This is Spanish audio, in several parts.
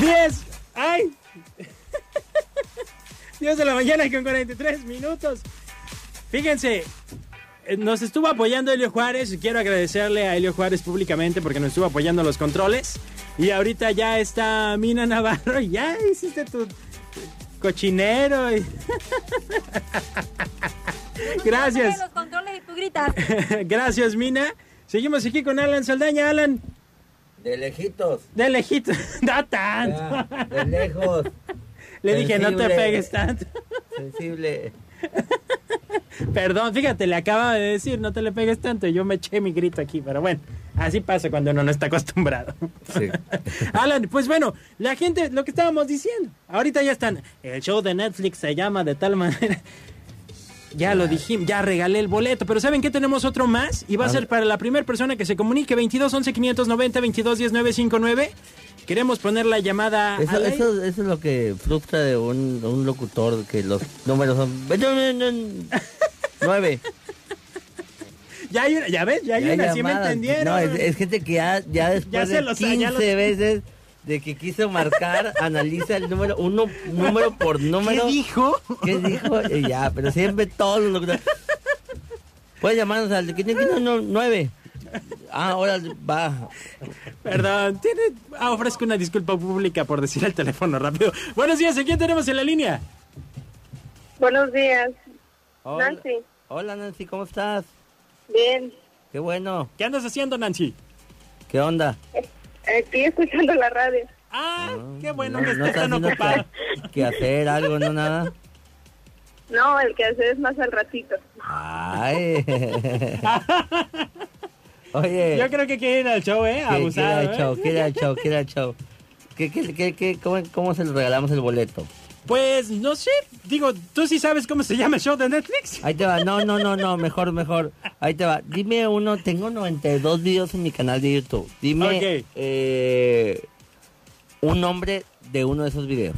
10. ¡Ay! 10 de la mañana con 43 minutos. Fíjense, eh, nos estuvo apoyando Helio Juárez. Quiero agradecerle a Helio Juárez públicamente porque nos estuvo apoyando los controles. Y ahorita ya está Mina Navarro. y Ya hiciste tu cochinero. y- Gracias. Los controles y tú gritas. Gracias, Mina. Seguimos aquí con Alan Saldaña. Alan, De lejitos. de lejito. No tanto. ya, de lejos. Le dije, no te sensible. pegues tanto. Sensible. Perdón, fíjate, le acaba de decir, no te le pegues tanto. y Yo me eché mi grito aquí, pero bueno, así pasa cuando uno no está acostumbrado. Sí. Alan, pues bueno, la gente, lo que estábamos diciendo, ahorita ya están. El show de Netflix se llama de tal manera. Ya lo dijimos, ya regalé el boleto, pero ¿saben qué? Tenemos otro más y va a ser para la primera persona que se comunique 22 11 590 22 10 959. Queremos poner la llamada. Eso, al aire. eso, eso es lo que frustra de un, de un locutor, que los números son... Nueve. Ya hay una, ya ves, ya hay Ya hay una, sí me llamadas. entendieron. No, es, es gente que ya, ya después se de los- ya 15 los- veces de que quiso marcar, analiza el número, uno número por número. ¿Qué dijo? ¿Qué dijo? Y ya, pero siempre todos los locutores. Puedes llamarnos al 599. Ah, ahora va. Perdón, tiene, ah, ofrezco una disculpa pública por decir el teléfono rápido. Buenos días, ¿a quién tenemos en la línea? Buenos días. Hola- Nancy. Hola Nancy, ¿cómo estás? Bien. Qué bueno. ¿Qué andas haciendo, Nancy? ¿Qué onda? Estoy escuchando la radio. Ah, qué bueno que No, no estás tan haciendo ocupada. que, que hacer algo, no nada. No, el que hace es más al ratito. Ay. Oye. Yo creo que quiere ir al show, ¿eh? ¿Qué- ¿Qué era Abusado. el show? ¿eh? ¿Qué era el show? ¿Qué era el show? ¿Qué, qué, qué, qué- cómo, cómo se le regalamos el boleto? Pues no sé, digo, ¿tú sí sabes cómo se llama el show de Netflix? Ahí te va. No, no, no, no. Mejor, mejor. Ahí te va. Dime uno. Tengo 92 videos en mi canal de YouTube. Dime Ok. eh, un nombre de uno de esos videos.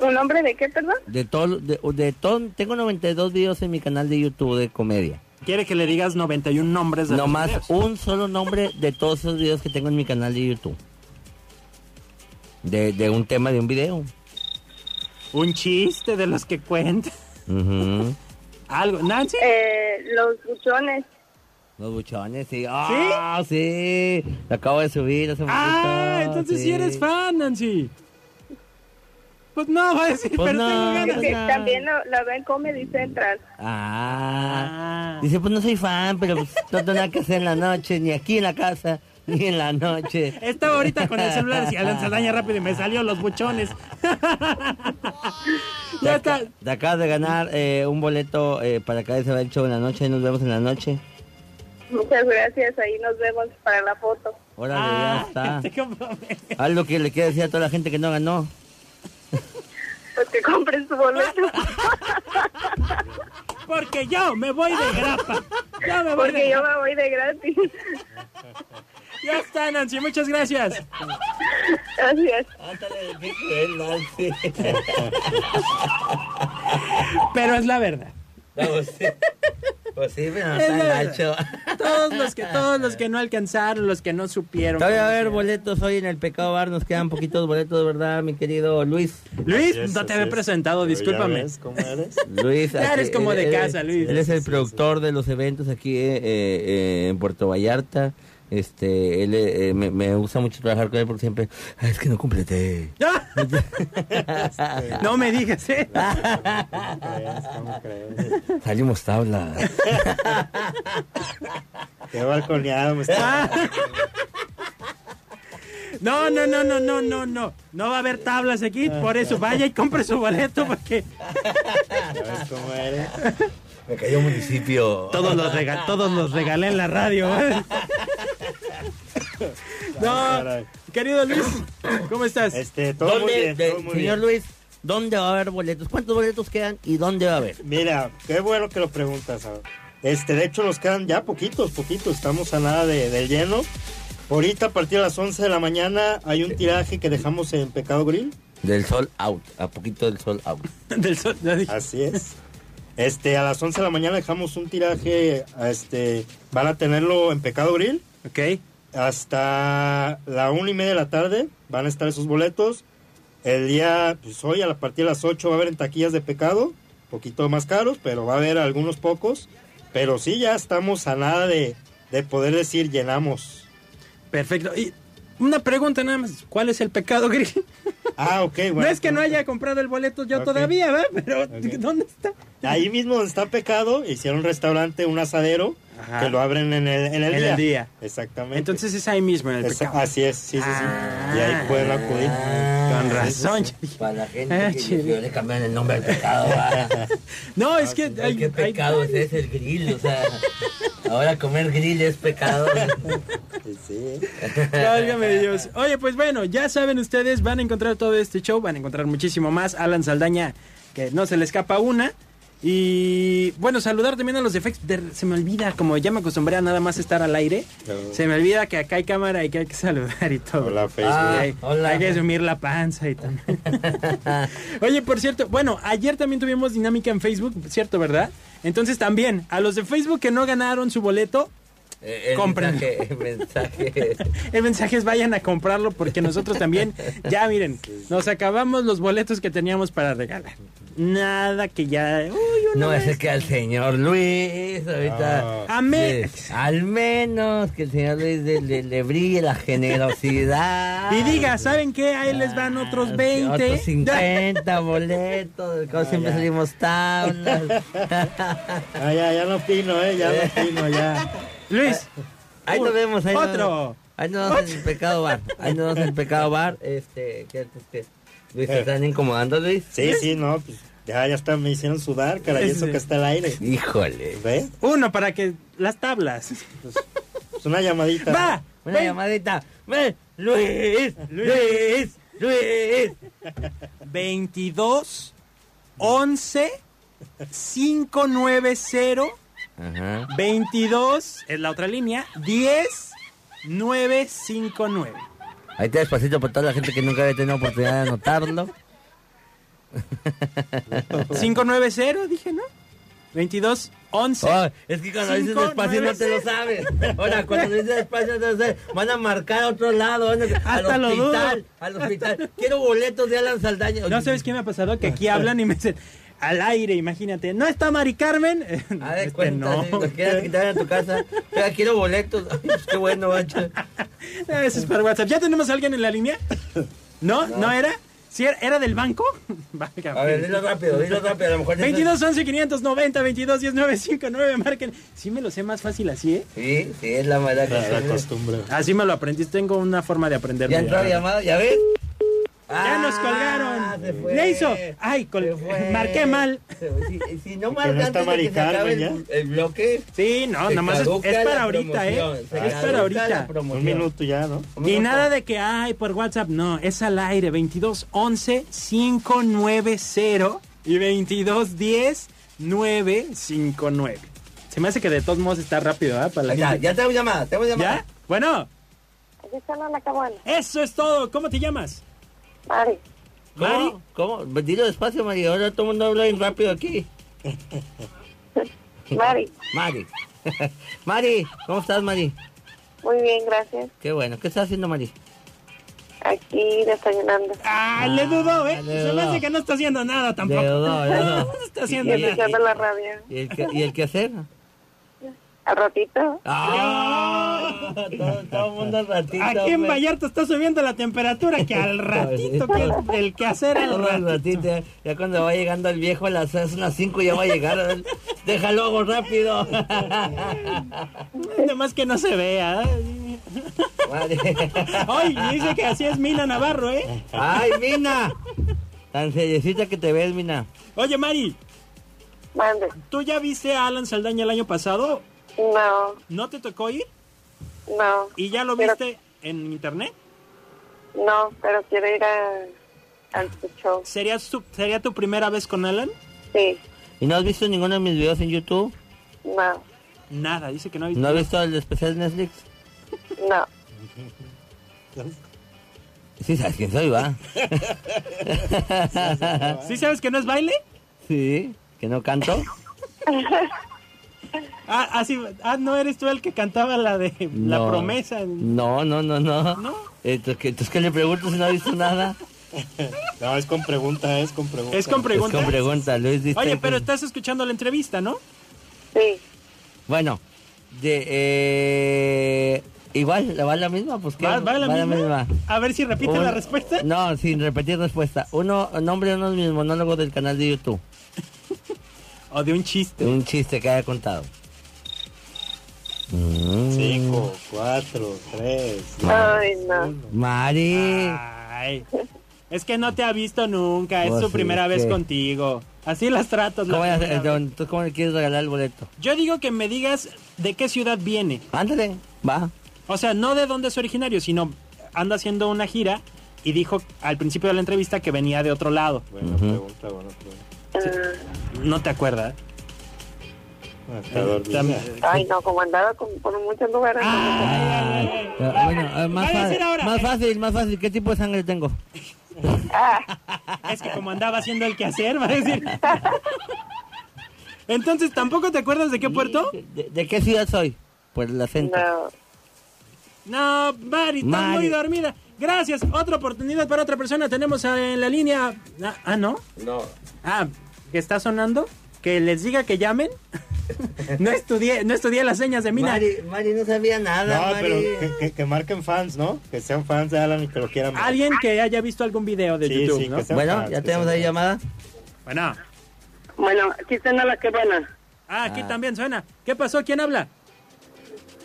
¿Un nombre de qué, perdón? De todo, de, de todo. Tengo 92 videos en mi canal de YouTube de comedia. Quiere que le digas 91 nombres de los Nomás videos. un solo nombre de todos esos videos que tengo en mi canal de YouTube. De, de un tema de un video. un chiste de los que cuenta. Ujú. Algo, Nancy. Eh, los buchones. Los buchones, sí. ¡Ah, sí! Lo acabo de subir hace ah, poquito, entonces sí. sí. eres fan, Nancy. Pues no, va a decir, Pues pero no. tengo ganas. Es que no. también lo- la ven Comedy Central. Ah. Ah. Dice, pues no soy fan, pero pues, no tengo nada que hacer en la noche, ni aquí en la casa, ni en la noche. Estaba ahorita con el celular y Alan Saldaña rápido y me salió los buchones. ya está. Te acabas de ganar eh, un boleto eh, para acá de se va el show en la noche. Nos vemos en la noche. Muchas gracias. Ahí nos vemos para la foto. Órale, Ah, ya está. te comprometo. Haz lo que le quiero decir a toda la gente que no ganó. Pues que compren su boleto. Porque yo me voy de grapa. Ya me voy de Porque yo grapa. me voy de gratis. Ya está, Nancy. Muchas gracias. Gracias. Pero es la verdad. Vamos, sí. Pues sí, pero no Es tan la verdad. gacho. Todos los que, todos los que no alcanzaron, los que no supieron. Todavía va a haber boletos hoy en el Pecado Bar. Nos quedan poquitos boletos, ¿verdad, mi querido Luis? Luis, Así es, no te así había es. presentado, Pero ya discúlpame. ves ¿Cómo eres? Luis. Ya eres aquí- como de él- él- casa, Luis. Él es el Sí, productor de los eventos aquí eh, eh, en Puerto Vallarta. Este, él eh, me, me gusta mucho trabajar con él porque siempre, "Ay, es que no completé. No me digas, ¿eh? ¿Cómo crees? ¿Cómo crees? Salimos tabla. Qué balconeado me está. Ah. No, no, no, no, no, no, no. No va a haber tablas aquí, por eso vaya y compre su boleto porque ¿Ya ves cómo eres? me cayó municipio. todos los, rega- todos los regalé en la radio. ¿eh? No, querido Luis, ¿cómo estás? Este, todo muy ¿Dónde, bien, de- todo muy señor bien. Luis, dónde va a haber boletos? ¿Cuántos boletos quedan y dónde va a haber? Mira, qué bueno que lo preguntas. Saúl. Este, de hecho, nos quedan ya poquitos, poquitos. Estamos a nada de, del lleno. Ahorita, a partir de las 11 de la mañana, hay un tiraje que dejamos en Pecado Grill. Del sol out, a poquito del sol out. Del sol- ya dije. Así es. Este, a las 11 de la mañana dejamos un tiraje, este, van a tenerlo en Pecado Grill. Ok. hasta la una y media de la tarde van a estar esos boletos. El día, pues hoy a la partir de las 8 va a haber en taquillas de pecado, poquito más caros, pero va a haber algunos pocos. Pero sí, ya estamos a nada de, de poder decir llenamos. Perfecto. Y una pregunta nada más. ¿Cuál es el pecado, Gris? Ah, ok, bueno. no es que no haya comprado el boleto yo Ok. todavía, ¿verdad? Pero Ok. ¿dónde está? Ahí mismo donde está Pecado, hicieron un restaurante, un asadero, Ajá. que lo abren en el, en el En el día. día. Exactamente. Entonces es ahí mismo en el Es- pecado. así es, sí, sí, sí. Ah. y ahí pueden acudir. Con razón. Para la gente Ah, que chido. decidió le cambiaron el nombre al pecado. ¿verdad? No, es que hay, Pues, ¿Qué hay- pecado es ese el grill? O sea, ahora comer grill es pecado. Sí, sí. Válgame Dios. Oye, pues bueno, ya saben ustedes, van a encontrar todo este show, van a encontrar muchísimo más. Alan Saldaña, que no se le escapa una. Y bueno, saludar también a los efectos. se me olvida, como ya me acostumbré a nada más estar al aire, Claro. se me olvida que acá hay cámara y que hay que saludar y todo. Hola, Facebook. Y Ah, hay, hola. hay que sumir la panza y también. Oye, por cierto, bueno, ayer también tuvimos dinámica en Facebook, ¿cierto, verdad? Entonces también, a los de Facebook que no ganaron su boleto, Eh, el Compren. Mensaje, el mensaje. El mensaje es vayan a comprarlo porque nosotros también, ya miren, nos acabamos los boletos que teníamos para regalar. Nada que ya... Uy, una No vez. es que al señor Luis, ahorita. Ah. Amén. Sí, al menos que el señor Luis le, le- le brille la generosidad. Y diga, ¿saben qué? Ahí les van otros 20. Ah, Otros 50 boletos, del cual Ah, siempre salimos tablas. Ah, ya, ya no opino, eh, ya no opino, ya. Luis, Ahí nos vemos, ahí nos- Otro. ahí nos vemos en el pecado bar. Ahí nos vemos en el pecado bar. Este, que, que- Luis, Eh. ¿te están incomodando, Luis? Sí, sí, no, pues, ya, ya está, me hicieron sudar, caray, eso que está al aire. Híjole. ¿Ve? uno para que las tablas. Pues una llamadita. ¡Va! Una Ven. llamadita. Ven, Luis, Luis, Luis. 22 11 590 Ajá. 22 es la otra línea 10 959. Ahí está despacito para toda la gente que nunca había tenido oportunidad de anotarlo. 590, dije, ¿no? 22 11 Oh, es que cuando dices Cinco, despacio nueve, no te lo sabes. Ahora, cuando dices despacio no te lo sabes. Van a marcar a otro lado. van a- Hasta al lo dudo. hospital. Al hospital. Quiero boletos de Alan Saldaña. No sabes qué me ha pasado que aquí hablan y me dicen al aire, imagínate. No está Mari Carmen. A ver, Este, cuéntame, no. lo quieras quitar a tu casa. Oiga, quiero boletos. Ay, pues, qué bueno, macho. Eso es para WhatsApp. ¿Ya tenemos a alguien en la línea? ¿No? ¿No, era? ¿Sí era, era del banco? Válgame. A ver, dilo rápido, dilo rápido. A lo mejor... 22 11 590 22 10 959 marquen. Sí me lo sé más fácil así, ¿eh? Sí, sí, es la mala La, la que costumbre. Así me lo aprendí, tengo una forma de aprenderlo. Ya entró la llamada, ¿ya ves? Ya Ah, nos se colgaron. fue. Le hizo. Ay, col- Se fue. marqué mal. Se- Si, si no Que no marca está antes de que Mari se acabe Carmen, el, el bloque, Sí, no, se nada más es, caduca es la para ahorita, ¿eh? promoción, se Es caduca para ahorita. la promoción. Un minuto ya, ¿no? Un Y minuto. nada de que, ay, por WhatsApp, no, es al aire, 22 11 590 y 22 10 959. Se me hace que de todos modos está rápido, ¿ah? Para la Ahí está, gente. ya tenemos llamada, tenemos llamada. ¿Ya? Bueno, Aquí está la Lacabona. eso es todo. ¿Cómo te llamas? Mari, ¿Mari? ¿Cómo? ¿Cómo? Dilo despacio, Mari. Ahora todo el mundo habla bien rápido aquí. Mari, Mari. Mari, ¿cómo estás, Mari? muy bien, gracias. Qué bueno. ¿Qué estás haciendo, Mari? Aquí desayunando. Ah, le dudó, ¿eh? le Se me hace dudó. que no está haciendo nada tampoco. Le dudó, le dudó. No está Y haciendo Bien. nada. escuchando la radio. ¿Y el que, y el que hacer? Al ratito, ¡Ah! Todo, todo el mundo al ratito. pues. Aquí en hombre. Vallarta está subiendo la temperatura que al ratito, que el, el quehacer al Todo el ratito. ratito, ya, ya cuando va llegando el viejo a las, es las 5 ya va a llegar. Déjalo hago rápido. Nada más que no se vea. ¿eh? Vale. Ay, dice que así es Mina Navarro, ¿eh? ¡Ay, Mina! Tan seriecita que te ves, Mina. Oye, Mari, mande. ¿tú ya viste a Alan Saldaña el año pasado? No, ¿No te tocó ir? no, ¿Y ya lo Pero- viste en internet? no, pero quiero ir a, al tu show. ¿Sería, su- ¿Sería tu primera vez con Alan? Sí, ¿Y no has visto ninguno de mis videos en YouTube? no, Nada, dice que no ha visto. ¿No has visto el especial de Netflix? no. Sí, sabes quién soy, va. ¿Sí sabes que no es baile? Sí, que no canto. Ah, ah, sí, ah, no eres tú el que cantaba la de la No. promesa. No, no, no, no. ¿No? Entonces, ¿qué- entonces, ¿qué le pregunto si no ha visto nada? No, es con pregunta, es con pregunta. Es con pregunta. Es con pregunta, Luis. dice Oye, pero que- estás escuchando la entrevista, ¿no? Sí. Bueno, de, eh, igual, ¿va la misma? Pues, ¿qué? ¿Va, va la, misma? A ver si repite Un- la respuesta. No, sin repetir respuesta. Uno, nombre uno de mis monólogos del canal de YouTube. O de un chiste. Un chiste que haya contado. Mm. 5, 4, 3. Ah. Ay, no. Mari. Ah, Ay, es que no te ha visto nunca, es Pues su sí, primera es vez que- contigo. Así las tratas. la ¿Cómo, vas a- primera vez. entonces, ¿Cómo le quieres regalar el boleto? Yo digo que me digas de qué ciudad viene. Ándale, va. O sea, no de dónde es originario, sino anda haciendo una gira y dijo al principio de la entrevista que venía de otro lado. Buena pregunta, buena pregunta. Mm, No te acuerdas. Ah, Está dormida. Eh, Tam- Ay, no, como andaba con- por muchos lugares. Ay, ay, Ah, ay, ay. bueno, eh, más, Voy a decir fa- ahora. más fácil, más fácil. ¿Qué tipo de sangre tengo? Es que como andaba haciendo el quehacer, va a decir. Entonces, ¿tampoco te acuerdas de qué puerto? ¿De, de qué ciudad soy? Pues Por el acento. no. No, Mari, estás Mari. muy dormida. Gracias. Otra oportunidad para otra persona. Tenemos a- en la línea. Ah, ah, ¿no? No. Ah, que está sonando. Que les diga que llamen. no estudié, no estudié las señas de mina. Mari, Mari no sabía nada, No, Mari. pero que, que- que marquen fans, ¿no? Que sean fans de Alan y que lo quieran ver. Alguien que haya visto algún video de Sí, YouTube, sí, ¿no? que sea- Bueno, ya tenemos ahí llamada. Bueno. Bueno, aquí está la que buena. Ah, aquí Ah. también suena. ¿Qué pasó? ¿Quién habla?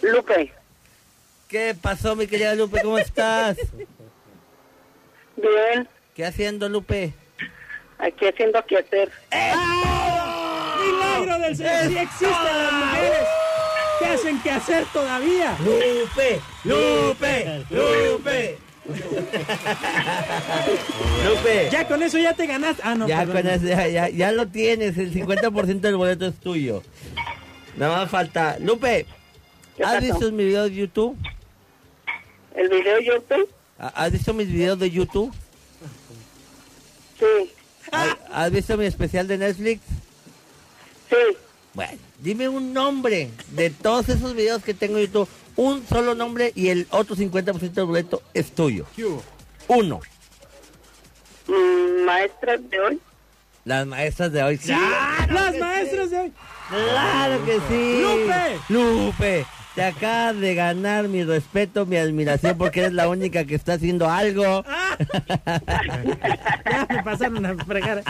Lupe, ¿Qué pasó, mi querida Lupe? ¿Cómo estás? bien, ¿Qué haciendo, Lupe? aquí haciendo quehacer. ¡Ah! ¡Milagro del Señor! ¡Sí existen las Ah. mujeres! ¿Qué hacen que hacer todavía? Lupe, Lupe, Lupe. Lupe, Ya con eso ya te ganaste. Ah, no, ya, perdón. con ese- ya, ya- ya lo tienes, el 50% del boleto es tuyo. Nada más falta. Lupe, ¿Qué ¿has pasó? visto mis videos de YouTube? ¿El video YouTube? ¿Ha- ¿Has visto mis videos de YouTube? Sí, Ah. ¿Ha- ¿Has visto mi especial de Netflix? sí. Bueno, dime un nombre de todos esos videos que tengo en YouTube. Un solo nombre y el otro 50% del boleto es tuyo. ¿Qué hubo? Uno. Mm, maestras de hoy. Las maestras de hoy. ¡Ah, las maestras de hoy. ¡Claro que sí! ¡Lupe! ¡Lupe! Te acabas de ganar mi respeto, mi admiración, porque eres la única que está haciendo algo. ¡Ah! ya me pasaron a fregar.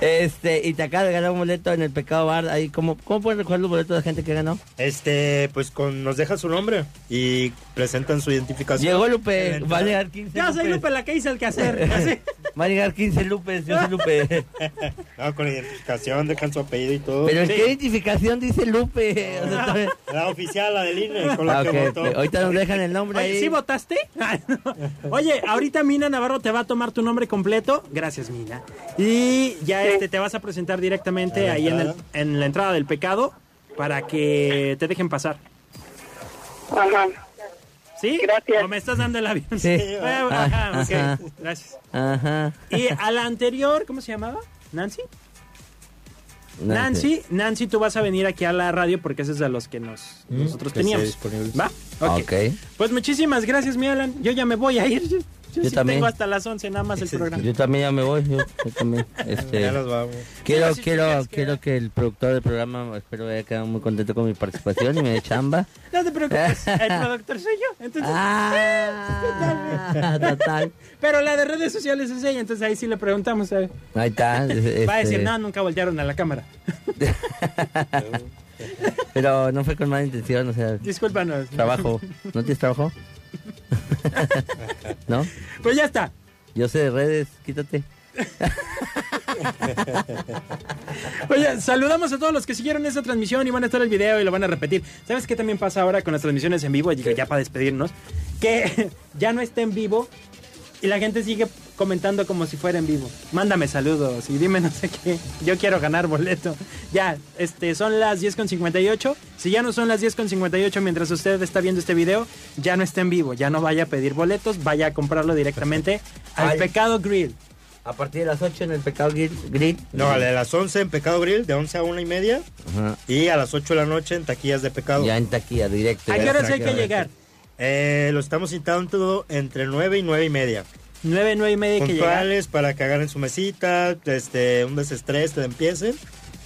Este, y te acabas de ganar un boleto en el Pecado Bar. Ahí, ¿cómo, ¿Cómo puedes recordar los boletos de la gente que ganó? Este, pues con, nos deja su nombre y presentan su identificación. Llegó Lupe, Entra- va a llegar 15 Yo soy Lupe la que hice el quehacer. Así. Va a llegar 15 Lupes, yo soy Lupe. No, con la identificación, dejan su apellido y todo. Pero ¿en qué identificación dice Lupe? O sea, todavía- La oficial, la del INE, con Ah, la ok, que ok. votó. Ahorita nos dejan el nombre Oye, ahí. ¿sí votaste? Ay, no. Oye, ahorita Mina Navarro te va a tomar tu nombre completo. Gracias, Mina. Y ya este, te vas a presentar directamente ¿A la ahí en, el- entrada? en la entrada del pecado para que te dejen pasar. Ajá. ¿Sí? Gracias. ¿O me estás dando el avión? Sí. Eh, ajá, Ah, ok. ajá. Gracias. Ajá. Y a la anterior, ¿cómo se llamaba? ¿Nancy? Nancy, Nancy, tú vas a venir aquí a la radio porque ese es a los que nos, Mm, nosotros que teníamos. esté disponible. ¿Va? Ok. Pues muchísimas gracias, mi Alan. Yo ya me voy a ir. Yo, yo Yo sí también. tengo hasta las 11 nada más el programa. Yo también ya me voy, yo, yo también. Este, Ya nos vamos. Quiero, Pero si quiero, tuvieras que- quiero que el productor del programa, espero haya quedado muy contento con mi participación y me dé chamba. No te preocupes, el productor soy yo. Entonces, Ah, total. Pero la de redes sociales es ella, entonces ahí sí le preguntamos. ¿sabe? Ahí está. este, Va a decir, no, nunca voltearon a la cámara. Pero no fue con mala intención, o sea, Discúlpanos. trabajo. ¿No tienes trabajo? ¿No? Pues ya está. Yo sé de redes, quítate. Oye, saludamos a todos los que siguieron esta transmisión y van a estar el video y lo van a repetir. ¿Sabes qué también pasa ahora con las transmisiones en vivo? Digo, ya para despedirnos, que ya no está en vivo y la gente sigue comentando como si fuera en vivo. Mándame saludos y dime no sé qué. Yo quiero ganar boleto. Ya, este, son las 10.58. Si ya no son las 10.58 mientras usted está viendo este video, ya no está en vivo. Ya no vaya a pedir boletos, vaya a comprarlo directamente al Ay. Pecado Grill. A partir de las 8 en el Pecado Grid. Grid. No, a las 11 en Pecado Grill, de 11 a 1 y media. Ajá. Y a las 8 de la noche en Taquillas de Pecado. Ya en taquilla, directo. ¿A qué ya horas está, hay que ahora llegar? Eh, lo estamos citando entre 9 y 9 y media. Nueve, nueve y media hay que llegar. Puntuales para que agarren su mesita, este, un desestrés, te empiecen.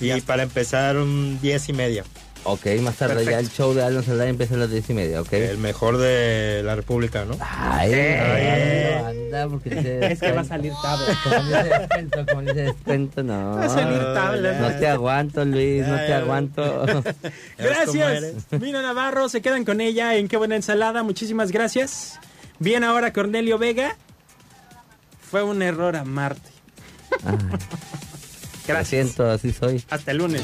Y para empezar, un 10 y media. Ok, más tarde ya el Perfecto. show de Alan Saldaña empieza a las 10 y media, ¿ok? El mejor de la República, ¿no? Ay, Eh. no, anda, porque dice Es que va a salir tarde. Como dice descuento, como dice descuento, no. Va a salir Ah, tablas. No te aguanto, Luis, no Ay, te aguanto. Ya ves cómo Gracias. eres. Mina Navarro, se quedan con ella en Qué Buena Ensalada. Muchísimas gracias. Bien ahora Cornelio Vega. Fue un error amarte. Lo siento, así soy. Hasta el lunes.